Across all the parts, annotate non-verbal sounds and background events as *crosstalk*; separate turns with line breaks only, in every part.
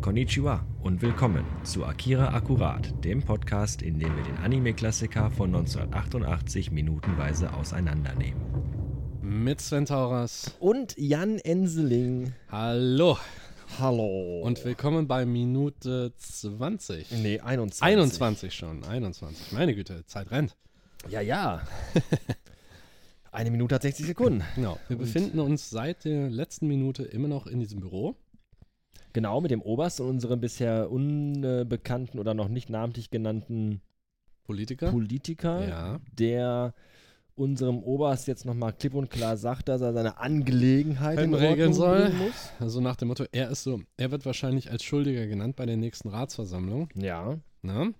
Konnichiwa und willkommen zu Akira Akkurat, dem Podcast, in dem wir den Anime-Klassiker von 1988 minutenweise auseinandernehmen.
Mit Sven Tauras.
Und Jan Enseling.
Hallo
Hallo.
und willkommen bei Minute 20.
Nee, 21.
21 schon, 21. Meine Güte, Zeit rennt.
Ja, ja. *laughs* Eine Minute hat 60 Sekunden.
Genau. Wir befinden uns seit der letzten Minute immer noch in diesem Büro.
Genau, mit dem Oberst und unserem bisher unbekannten oder noch nicht namentlich genannten
Politiker.
Politiker,
Ja.
der unserem Oberst jetzt nochmal klipp und klar sagt, dass er seine Angelegenheit in
Heimregeln
Ordnung
soll.
bringen muss.
Also nach dem Motto, er ist so, er wird wahrscheinlich als Schuldiger genannt bei der nächsten Ratsversammlung.
Ja,
Ne?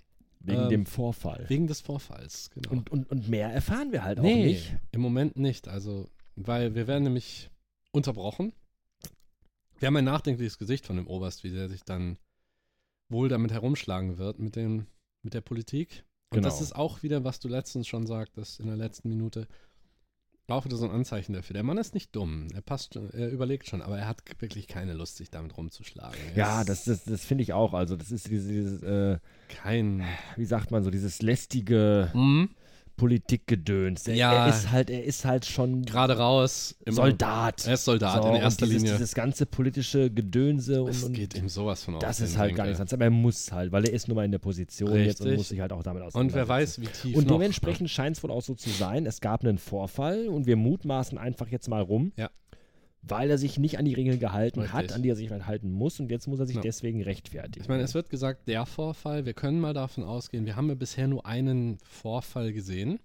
wegen
Ähm,
dem Vorfall.
Wegen des Vorfalls, genau.
Und, und, und mehr erfahren wir halt auch
nee,
nicht.
im Moment nicht. Also, weil wir werden nämlich unterbrochen. Wir haben ein nachdenkliches Gesicht von dem Oberst, wie der sich dann wohl damit herumschlagen wird mit, dem, mit der Politik. Und
Genau.
das ist auch wieder, was du letztens schon sagtest, in der letzten Minute. Auch wieder so ein Anzeichen dafür. Der Mann ist nicht dumm. Er passt, schon- er überlegt schon, aber er hat wirklich keine Lust, sich damit rumzuschlagen. Er
Ja,
ist
das, das, das finde ich auch. Also das ist dieses, dieses äh,
kein.
wie sagt man so, dieses lästige Politikgedöns. Er,
Mhm. Ja.
er ist halt, er ist halt schon
Gerade raus. immer-
Soldat.
Er ist Soldat
So,
in erster
und dieses,
Linie.
Dieses ganze politische Gedönse und,
Es
und
geht ihm sowas von auf
das
den
ist halt
Senkel.
gar nichts anderes. Aber er muss halt, weil er ist nun mal in der Position jetzt und
Richtig.
muss sich halt auch damit auseinandersetzen.
Und wer weiß, wie tief
Und
noch. ne?
dementsprechend scheint es wohl auch so zu sein, es gab einen Vorfall und wir mutmaßen einfach jetzt mal rum,
Ja.
weil er sich nicht an die Regeln gehalten hat,
Richtig.
an die er sich halt halten muss und jetzt muss er sich
Ja.
deswegen rechtfertigen.
Ich meine, es wird gesagt, der Vorfall, wir können mal davon ausgehen, wir haben ja bisher nur einen Vorfall gesehen.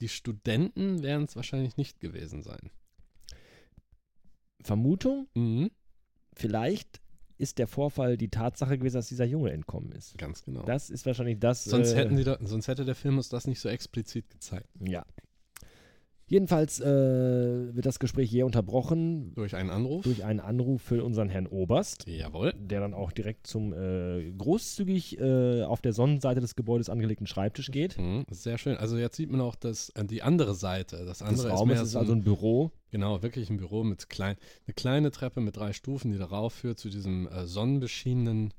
Die Studenten werden es wahrscheinlich nicht gewesen sein.
Vermutung,
Mhm,
vielleicht ist der Vorfall die Tatsache gewesen, dass dieser Junge entkommen ist.
ganz genau.
Das ist wahrscheinlich das.
sonst,
äh,
hätten die da, sonst hätte der Film uns das nicht so explizit gezeigt.
Ja. Jedenfalls äh, wird das Gespräch hier unterbrochen
Durch einen Anruf?
durch einen Anruf für unseren Herrn Oberst,
Jawohl.
der dann auch direkt zum äh, großzügig äh, auf der Sonnenseite des Gebäudes angelegten Schreibtisch geht.
Mhm, sehr schön. Also jetzt sieht man auch das, äh, die andere Seite. Das
Des
andere ist
Raumes
mehr
ist
so
also
ein,
ein Büro.
genau, wirklich ein Büro mit klein, eine kleine Treppe mit drei Stufen, die darauf führt zu diesem äh, sonnenbeschienenen,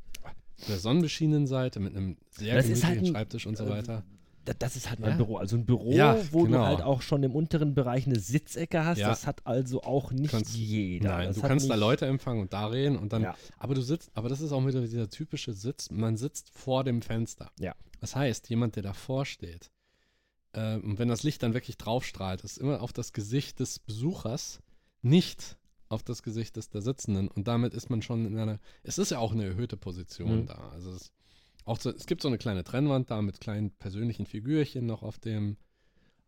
der sonnenbeschienenen Seite mit einem sehr
Das ist
gemütlichen
halt ein-
Schreibtisch und so
äh,
weiter.
Da- Das ist halt
Ja.
ein Büro. Also ein Büro,
Ja,
wo du
genau.
halt auch schon im unteren Bereich eine Sitzecke hast.
Ja.
Das hat also auch nicht
Kannst-
jeder.
Nein,
das
du
hat
kannst da
nicht-
Leute empfangen und da reden und dann.
Ja.
Aber du sitzt, aber das ist auch wieder dieser typische Sitz. Man sitzt vor dem Fenster.
Ja.
Das heißt, jemand, der davor steht, äh, und wenn das Licht dann wirklich draufstrahlt, ist immer auf das Gesicht des Besuchers, nicht auf das Gesicht des der Sitzenden. Und damit ist man schon in einer. Es ist ja auch eine erhöhte Position
Mhm.
da. Also es, auch so, es gibt so eine kleine Trennwand da mit kleinen persönlichen Figürchen noch auf dem.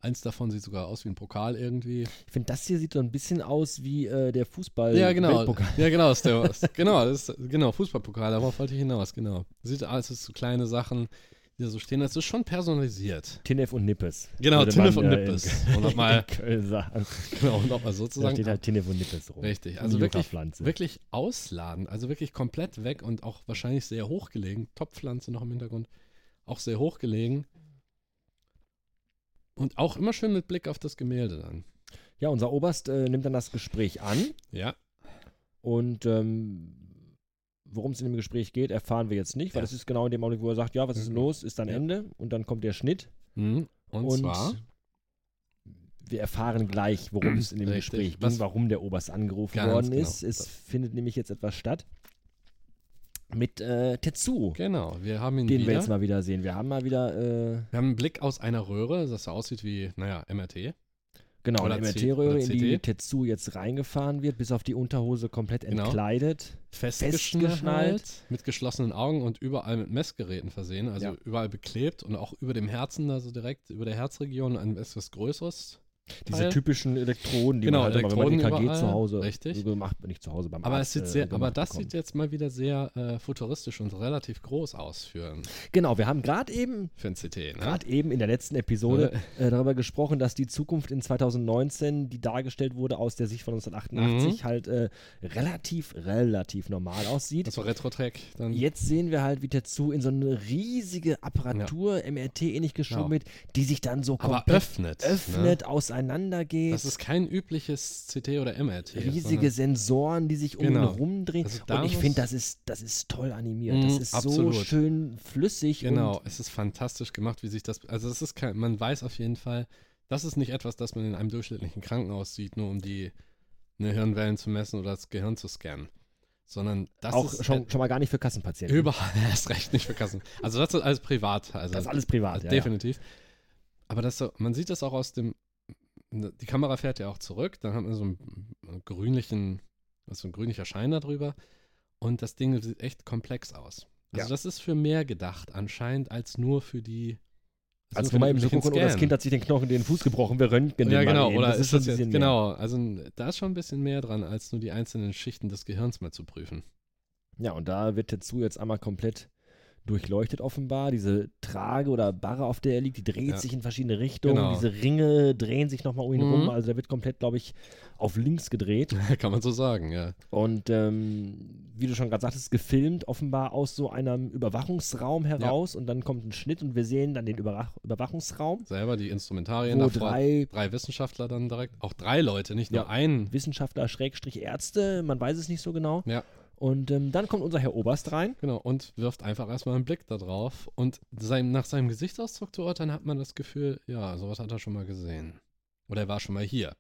Eins davon sieht sogar aus wie ein Pokal irgendwie.
Ich finde, das hier sieht so ein bisschen aus wie äh, der Fußball.
Ja, genau.
Weltpokal.
Ja, genau, ist der, ist, genau, das ist, genau, Fußballpokal, darauf wollte ich hinaus, genau. Sieht alles ist so kleine Sachen, die da so stehen. Das ist schon personalisiert.
Tinef und Nippes.
Genau,
würde
Tinnef
man,
und
äh, in-
Nippes. Und nochmal,
in *laughs* Köln sagen.
genau, und nochmal
Da
sozusagen.
steht halt Tinef und Nippes rum.
Richtig,
Und
also
die
wirklich,
Yucca-Pflanze.
wirklich ausladen, also wirklich komplett weg und auch wahrscheinlich sehr hoch gelegen. Topfpflanze noch im Hintergrund, auch sehr hoch gelegen. Und auch immer schön mit Blick auf das Gemälde dann.
Ja, unser Oberst äh, nimmt dann das Gespräch an
Ja,
und ähm, worum es in dem Gespräch geht, erfahren wir jetzt nicht, weil
Ja.
das ist genau in dem Augenblick, wo er sagt, ja, was ist denn
Genau.
los, ist dann
Ja.
Ende und dann kommt der Schnitt
Mhm. und, zwar,
wir erfahren gleich, worum es in dem
Richtig.
Gespräch ging,
Was-
warum der Oberst angerufen
Ganz
worden
genau.
ist. Es
Das-
findet nämlich jetzt etwas statt mit äh, Tetsuo,
genau, wir haben ihn
den wir
wieder.
jetzt mal wieder sehen. Wir haben mal wieder, äh,
Wir haben einen Blick aus einer Röhre, das so aussieht wie, naja, MRT.
Genau,
Oder
eine
C-
MRT-Röhre,
oder
in die
CT.
Tetsu jetzt reingefahren wird, bis auf die Unterhose komplett
Genau.
entkleidet. Festgeschnallt.
Mit geschlossenen Augen und überall mit Messgeräten versehen. Also
Ja.
überall beklebt und auch über dem Herzen, also direkt über der Herzregion ein etwas größeres.
Diese
Teil.
typischen Elektroden, die
Genau,
man halt immer, wenn man
Elektroden
EKG
überall,
zu Hause
richtig.
so gemacht, nicht zu Hause beim
Aber, es
Arzt,
sieht
äh,
sehr, aber
gemacht
das
bekommt.
sieht jetzt mal wieder sehr äh, futuristisch und relativ groß aus für, ein-
Genau, wir haben gerade eben,
für ein CT. Ne?
gerade eben in der letzten Episode äh, darüber gesprochen, dass die Zukunft in 2019, die dargestellt wurde aus der Sicht von
Mhm.
1988, halt äh, relativ, relativ normal aussieht.
Das war Retro-Track. Dann
Jetzt sehen wir halt, wie Tetsu in so eine riesige Apparatur, MRT ähnlich geschoben
Genau.
wird, die sich dann so
aber
komplett
öffnet.
öffnet,
Ne?
ineinander geht.
Das ist kein übliches CT oder MRT.
riesige Sensoren, die sich um ihn
Genau.
rumdrehen.
Also da
und ich
muss-
finde, das ist, das ist toll animiert.
Mm,
das ist
absolut.
so schön flüssig.
Genau, es ist fantastisch gemacht, wie sich das. Also es ist kein, man weiß auf jeden Fall, das ist nicht etwas, das man in einem durchschnittlichen Krankenhaus sieht, nur um die ne, Hirnwellen zu messen oder das Gehirn zu scannen. Sondern
Und
das
auch
ist
schon, schon mal gar nicht für
äh,
Kassenpatienten.
überall *laughs* erst recht nicht vergessen. Also das ist alles privat. Also
das ist alles privat.
also
Ja, ja.
definitiv. Aber das, so- man sieht das auch aus dem. Die Kamera fährt ja auch zurück, dann hat man so einen, einen grünlichen, so ein grünlicher Schein da drüber. Und das Ding sieht echt komplex aus. Also
Ja.
das ist für mehr gedacht anscheinend als nur für die.
Als
nur
wenn man
für
eben
den
so gucken, oh,
üblichen
das
Scan.
Kind hat sich den Knochen, den Fuß gebrochen, wir röntgen
Ja,
den mal
genau.
eben.
Oder ist
schon
das
ein
jetzt,
bisschen mehr.
genau. Also n- da ist schon ein bisschen mehr dran, als nur die einzelnen Schichten des Gehirns mal zu prüfen. *laughs*
Ja, und da wird Tetsu jetzt einmal komplett durchleuchtet offenbar. Diese Trage oder Barre, auf der er liegt, die dreht
Ja.
sich in verschiedene Richtungen.
Genau.
Diese Ringe drehen sich nochmal um ihn
Mhm.
rum. Also der wird komplett, glaube ich, auf links gedreht.
Kann man so sagen, ja.
Und ähm, wie du schon gerade sagtest, gefilmt offenbar aus so einem Überwachungsraum heraus. Und dann kommt ein Schnitt und wir sehen dann den Überwach Überwachungsraum,
Selber die Instrumentarien
wo
davor.
drei
drei Wissenschaftler dann direkt, auch drei Leute, nicht nur
Ja.
ein.
Wissenschaftler, Schrägstrich Ärzte, man weiß es nicht so genau.
Ja.
Und ähm, dann kommt unser Herr Oberst rein.
Genau, und wirft einfach erstmal einen Blick da drauf. Und sein, nach seinem Gesichtsausdruck zu urteilen, hat man das Gefühl, ja, sowas hat er schon mal gesehen. Oder er war schon mal hier.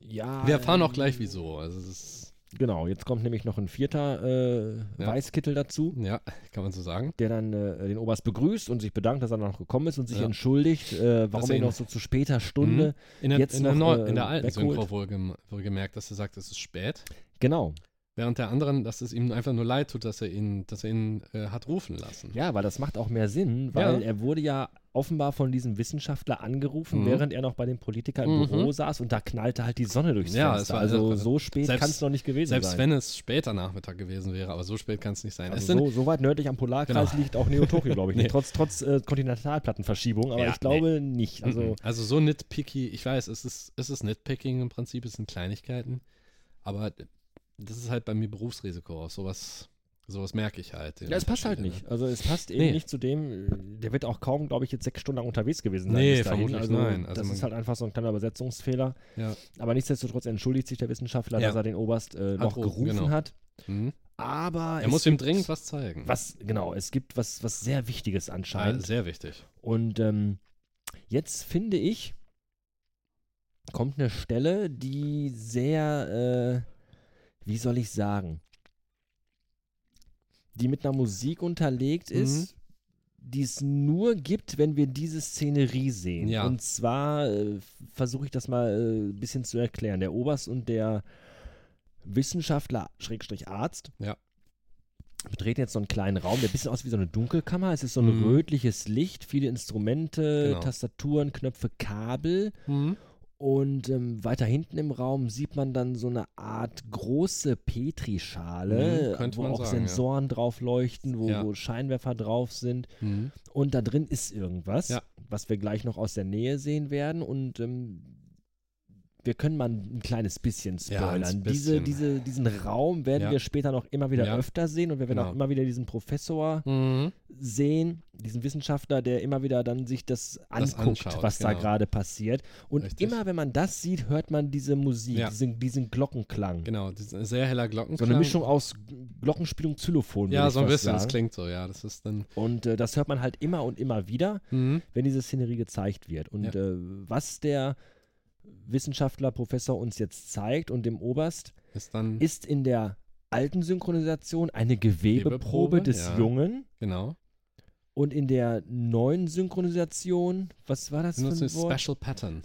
Ja.
Wir erfahren auch gleich
ähm,
wieso. Also, es ist,
Genau, jetzt kommt nämlich noch ein vierter äh,
Ja.
Weißkittel dazu,
ja, *laughs* kann man so sagen.
der dann äh, den Oberst begrüßt und sich bedankt, dass er noch gekommen ist und sich
Ja.
entschuldigt, äh,
Dass
warum
er
er
ihn- Mhm.
noch so zu später Stunde.
In der,
Jetzt
in, der
noch,
neu,
äh,
in der alten
wegholt.
Synchro wohlgem- wohlgemerkt, dass er sagt, es ist spät.
Genau.
Während der anderen, dass es ihm einfach nur leid tut, dass er ihn, dass er ihn äh, hat rufen lassen.
Ja, weil das macht auch mehr Sinn, weil
Ja.
er wurde ja offenbar von diesem Wissenschaftler angerufen,
Mhm.
während er noch bei dem Politiker im
Mhm.
Büro saß und da knallte halt die Sonne durchs
Ja, es
Fenster.
war-
also
also
so spät
selbst-
kann es noch nicht gewesen
Selbst
sein.
wenn es später Nachmittag gewesen wäre, aber so spät kann es nicht sein. es
also
sind
so, so weit nördlich am Polarkreis
Genau.
liegt auch Neotokio,
*laughs*
glaube ich.
Nee.
nicht. Trotz, trotz äh, Kontinentalplattenverschiebung, aber
Ja,
ich glaube nicht. Also
Mhm. also so nitpicky, ich weiß, es ist, es ist nitpicking im Prinzip, es sind Kleinigkeiten, aber das ist halt bei mir Berufsrisiko, auf sowas, sowas merke ich halt. den
Ja, es passt halt
Unterschied,
nicht. Also es passt eben
Nee.
nicht zu dem, äh, der wird auch kaum, glaube ich, jetzt sechs Stunden lang unterwegs gewesen sein.
Nee,
bis dahin.
vermutlich
also,
nein. Also
das
man-
ist halt einfach so ein kleiner Übersetzungsfehler.
Ja.
Aber nichtsdestotrotz entschuldigt sich der Wissenschaftler,
Ja.
dass er den Oberst äh, noch
Anrufen,
gerufen
genau.
hat.
ne? Mhm.
Aber
Er
es
muss ihm
gibt
dringend was zeigen.
Ah, was, genau, es gibt was, was sehr Wichtiges
Ah,
anscheinend.
sehr wichtig.
Und ähm, jetzt finde ich, kommt eine Stelle, die sehr, äh, wie soll ich sagen, die mit einer Musik unterlegt
Mhm.
ist, die es nur gibt, wenn wir diese Szenerie sehen.
Ja.
Und zwar äh, versuche ich das mal äh, ein bisschen zu erklären. Der Oberst und der Wissenschaftler, Schrägstrich Arzt,
Ja.
betreten jetzt so einen kleinen Raum, der ein bisschen aussieht wie so eine Dunkelkammer. Es ist so ein
Mhm.
rötliches Licht, viele Instrumente,
Genau.
Tastaturen, Knöpfe, Kabel. Und ähm, weiter hinten im Raum sieht man dann so eine Art große Petrischale,
Mhm, könnte
wo
man
auch
sagen, ja.
Sensoren drauf leuchten, wo,
Ja.
wo Scheinwerfer drauf sind.
Mhm.
Und da drin ist irgendwas,
Ja.
was wir gleich noch aus der Nähe sehen werden. Und ähm, wir können mal ein kleines bisschen
Ja,
spoilern.
ein
Diese,
bisschen.
diese, diesen Raum werden
Ja.
wir später noch immer wieder
Ja.
öfter sehen und wir werden auch
Genau.
immer wieder diesen Professor
Mhm.
sehen, diesen Wissenschaftler, der immer wieder dann sich das
Das
anguckt,
anschaut,
was da
genau.
gerade passiert. Und
Richtig.
immer wenn man das sieht, hört man diese Musik,
Ja.
diesen, diesen Glockenklang.
Genau, das ist ein sehr heller
So
Glockenklang.
eine Mischung aus Glockenspiel und Xylophon. würde
Ja,
ich
so ein
fast
bisschen, das
sagen.
klingt so, ja, das ist dann
Und äh, das hört man halt immer und immer wieder wenn diese Szenerie gezeigt wird. Und
Ja.
äh, was der Wissenschaftler, Professor uns jetzt zeigt und dem Oberst,
ist dann,
ist in der alten Synchronisation eine Gewebeprobe
Gewebeprobe,
des
ja.
Jungen
genau,
und in der neuen Synchronisation, was war das
sind das
für
so
ein Wort?
Special Pattern.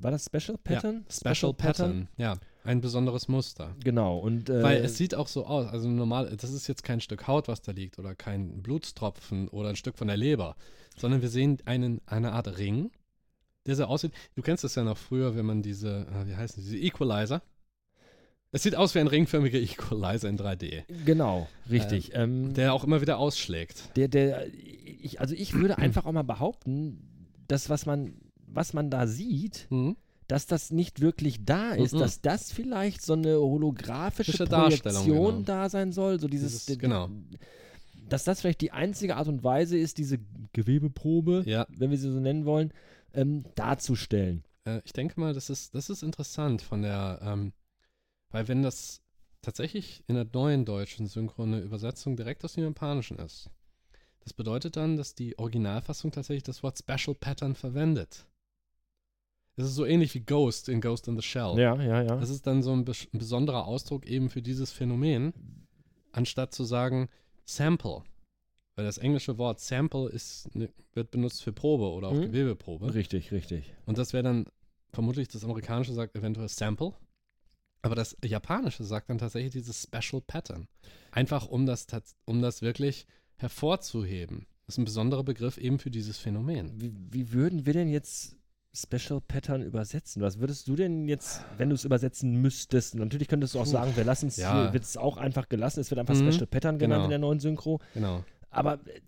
war das Special Pattern?
Special Pattern, ja, ein besonderes Muster.
Genau, und äh,
Weil es sieht auch so aus. Also normal, das ist jetzt kein Stück Haut, was da liegt oder kein Blutstropfen oder ein Stück von der Leber, sondern wir sehen einen, eine Art Ring, der so aussieht. Du kennst das ja noch früher, wenn man diese, äh, wie heißen die, diese Equalizer. Es sieht aus wie ein ringförmiger *laughs* Equalizer in 3D,
genau, richtig. ähm,
Äh, der auch immer wieder ausschlägt.
Der, der, ich, also ich würde einfach auch mal behaupten, das, was man, was man da sieht,
Hm?
dass das nicht wirklich da ist,
Mhm.
dass das vielleicht so eine holographische
Fische Darstellung,
Projektion
genau.
da sein soll, so dieses,
Dieses-
d- d-
genau.
dass das vielleicht die einzige Art und Weise ist, diese Gewebeprobe,
Ja.
wenn wir sie so nennen wollen, ähm, darzustellen.
Äh, ich denke mal, das ist, das ist interessant von der, ähm, weil wenn das tatsächlich in der neuen deutschen synchrone Übersetzung direkt aus dem Japanischen ist, das bedeutet dann, dass die Originalfassung tatsächlich das Wort Special Pattern verwendet. Das ist so ähnlich wie Ghost in Ghost in the Shell.
Ja, ja, ja.
Das ist dann so ein, bes ein besonderer Ausdruck eben für dieses Phänomen, anstatt zu sagen Sample. Weil das englische Wort Sample ist, ne, wird benutzt für Probe oder auch
Mhm.
Gewebeprobe.
Richtig, richtig.
Und das wäre dann vermutlich das amerikanische sagt eventuell Sample. Aber das japanische sagt dann tatsächlich dieses Special Pattern. Einfach um das, tats- um das wirklich hervorzuheben. Das ist ein besonderer Begriff eben für dieses Phänomen.
Wie, wie würden wir denn jetzt Special Pattern übersetzen? Was würdest du denn jetzt, wenn du es übersetzen müsstest? Natürlich könntest du auch
Puh.
sagen, wir lassen es,
Ja.
hier wird es auch einfach gelassen. Es wird einfach
Mhm.
Special Pattern genannt
Genau.
in der neuen Synchro.
Genau.
Aber äh,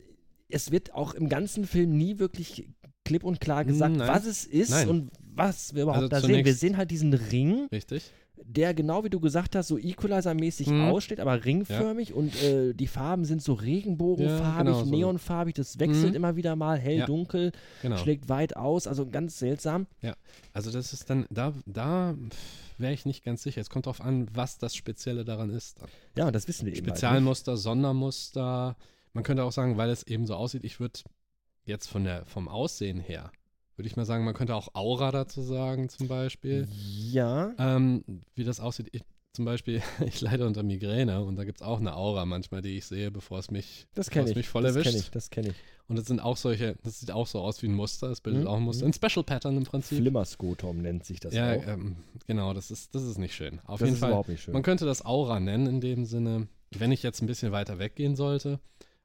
es wird auch im ganzen Film nie wirklich klipp und klar gesagt,
Hm, Nein.
was es ist
Nein.
und was wir überhaupt
Also
da sehen. Wir
zunächst-
sehen halt diesen Ring,
Richtig?
der genau wie du gesagt hast, so Equalizer-mäßig
Mhm.
aussteht, aber ringförmig und äh, die Farben sind so
Ja,
regenbogenfarbig,
genau so.
neonfarbig, das wechselt
Mhm.
immer wieder mal hell,
Ja.
dunkel,
Genau.
schlägt weit aus, also ganz seltsam.
Also das ist dann, da, da wäre ich nicht ganz sicher. Es kommt darauf an, was das Spezielle daran ist. Dann.
Ja, das wissen wir eben. Halt, ne?
Spezialmuster, Sondermuster. Man könnte auch sagen, weil es eben so aussieht, ich würde jetzt von der, vom Aussehen her, würde ich mal sagen, man könnte auch Aura dazu sagen zum Beispiel.
Mhm. Ja,
Ähm, wie das aussieht, ich, zum Beispiel, *laughs* ich leide unter Migräne und da gibt es auch eine Aura manchmal, die ich sehe, bevor es mich,
das
bevor
kenne
es
ich.
mich voll
das
erwischt.
kenne ich, das kenne ich.
Und das sind auch solche, das sieht auch so aus wie ein Muster, es bildet
Mhm.
auch ein Muster. Ein Special Pattern im Prinzip.
Flimmerskotom nennt sich das
ja,
auch.
ähm, genau, das ist, das ist nicht schön. Auf
das
jeden
ist
Fall.
überhaupt nicht schön.
Man könnte das Aura nennen in dem Sinne, wenn ich jetzt ein bisschen weiter weggehen sollte.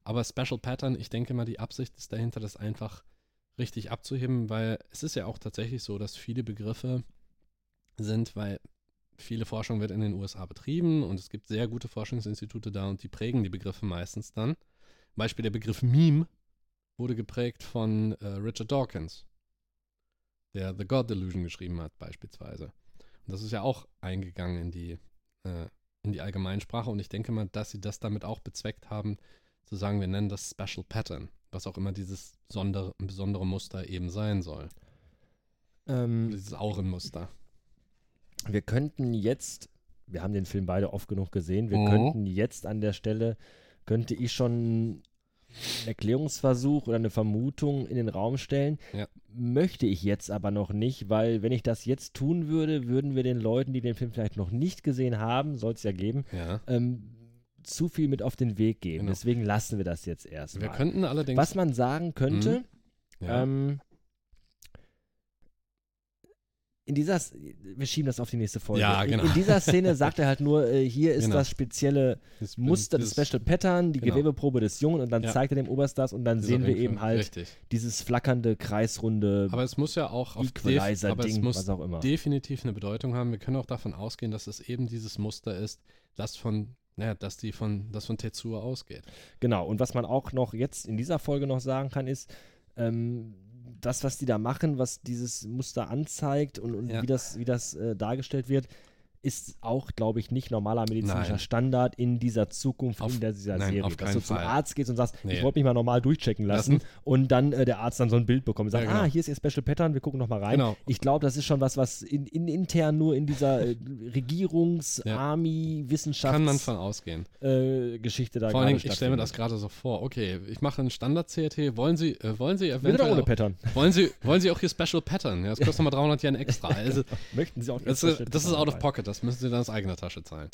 Aber Special Pattern, ich denke mal, die Absicht ist dahinter, das einfach richtig abzuheben, weil es ist ja auch tatsächlich so, dass viele Begriffe sind, weil viele Forschung wird in den USA betrieben und es gibt sehr gute Forschungsinstitute da und die prägen die Begriffe meistens dann. Zum Beispiel der Begriff Meme wurde geprägt von äh, Richard Dawkins, der The God Delusion geschrieben hat beispielsweise. Und das ist ja auch eingegangen in die äh, in die Allgemeinsprache und ich denke mal, dass sie das damit auch bezweckt haben, zu sagen, wir nennen das Special Pattern, was auch immer dieses sondere, besondere Muster eben sein soll.
ähm,
Dieses Aurenmuster.
wir könnten jetzt, wir haben den Film beide oft genug gesehen, wir
Mhm.
könnten jetzt an der Stelle, könnte ich schon einen Erklärungsversuch oder eine Vermutung in den Raum stellen.
Ja.
Möchte ich jetzt aber noch nicht, weil wenn ich das jetzt tun würde, würden wir den Leuten, die den Film vielleicht noch nicht gesehen haben, soll es ja geben,
Ja.
ähm, zu viel mit auf den Weg geben.
Genau.
Deswegen lassen wir das jetzt erstmal.
Wir Mhm. könnten allerdings.
Was man sagen könnte,
Ja.
ähm, in dieser, S- wir schieben das auf die nächste Folge.
Ja, genau.
in, in dieser
*laughs*
Szene sagt er halt nur, äh, hier ist
Genau.
das spezielle
Das-
Muster, das
das-
Special Pattern, die
genau.
Gewebeprobe des Jungen und dann
Ja.
zeigt er dem Oberst das und dann
dieser
sehen wir
Ringfilm.
eben halt
Richtig.
dieses flackernde, kreisrunde
Aber es muss ja auch auf def aber es
Equalizer-Ding,
muss
was auch immer.
definitiv eine Bedeutung haben. Wir können auch davon ausgehen, dass es eben dieses Muster ist, das von, naja, dass die von, das von Tetsuo ausgeht.
Genau, und was man auch noch jetzt in dieser Folge noch sagen kann, ist, ähm, das, was die da machen, was dieses Muster anzeigt und, und
Ja.
wie das, wie das äh, dargestellt wird, ist auch, glaube ich, nicht normaler medizinischer
Nein.
Standard in dieser Zukunft,
Auf-
in der, dieser
nein,
Serie.
auf
dass
keinen
du zum
Fall.
Arzt gehst und sagst,
Nee.
ich wollte mich mal normal durchchecken lassen, und dann äh, der Arzt dann so ein Bild bekommt und sagt,
Ja, genau.
ah, hier ist ihr Special Pattern, wir gucken nochmal rein.
Genau.
Ich glaube, das ist schon was, was in, in intern nur in dieser
*laughs*
äh, Regierungs-,
Ja.
Army-,
Kann man
Wissenschafts-,
von ausgehen.
äh, Geschichte da
Vor allen
gerade
Dingen, ich stelle mir das
stattfindet.
gerade so vor. Okay, ich mache einen Standard-CRT. Wollen Sie, äh, wollen Sie
Mit oder
eventuell.
ohne
Auch,
Pattern?
wollen, Sie, wollen Sie auch hier Special Pattern? Ja, das kostet nochmal 300
*laughs*
Yen extra. Also,
Möchten Sie auch
das,
jetzt
ist, das ist
Pattern
out of
dabei?
pocket. Das müssen Sie dann aus eigener Tasche zahlen.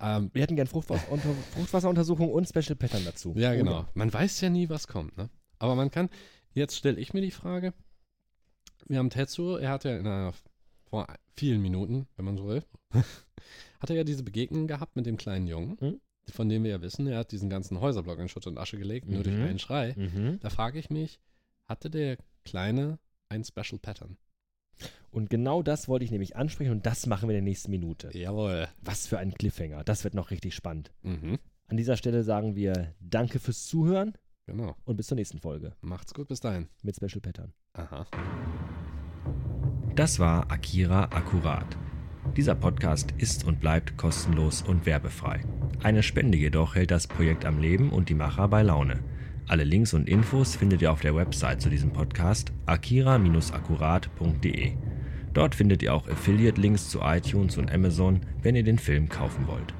Ähm,
Wir hätten gern Fruchtwasser unter, Fruchtwasseruntersuchung und Special Pattern dazu.
ja,
Oh
genau. Man weiß ja nie, was kommt. Ne? Aber man kann. Jetzt stelle ich mir die Frage. Wir haben Tetsuo. Er hat ja in einer, vor vielen Minuten, wenn man so will, *laughs* hat er ja diese Begegnung gehabt mit dem kleinen Jungen,
Mhm.
von dem wir ja wissen, er hat diesen ganzen Häuserblock in Schutt und Asche gelegt, nur durch
Mhm.
einen Schrei.
Mhm.
Da frage ich mich, hatte der Kleine ein Special Pattern?
Und genau das wollte ich nämlich ansprechen und das machen wir in der nächsten Minute.
Jawohl.
Was für ein Cliffhanger. Das wird noch richtig spannend.
Mhm.
An dieser Stelle sagen wir Danke fürs Zuhören
Genau.
und bis zur nächsten Folge
Macht's gut, bis dahin.
mit Special Pattern.
Aha.
Das war Akira Akkurat. Dieser Podcast ist und bleibt kostenlos und werbefrei. Eine Spende jedoch hält das Projekt am Leben und die Macher bei Laune.
Alle Links und Infos findet ihr auf der Website zu diesem Podcast akira-akkurat.de. Dort findet ihr auch Affiliate-Links zu iTunes und Amazon, wenn ihr den Film kaufen wollt.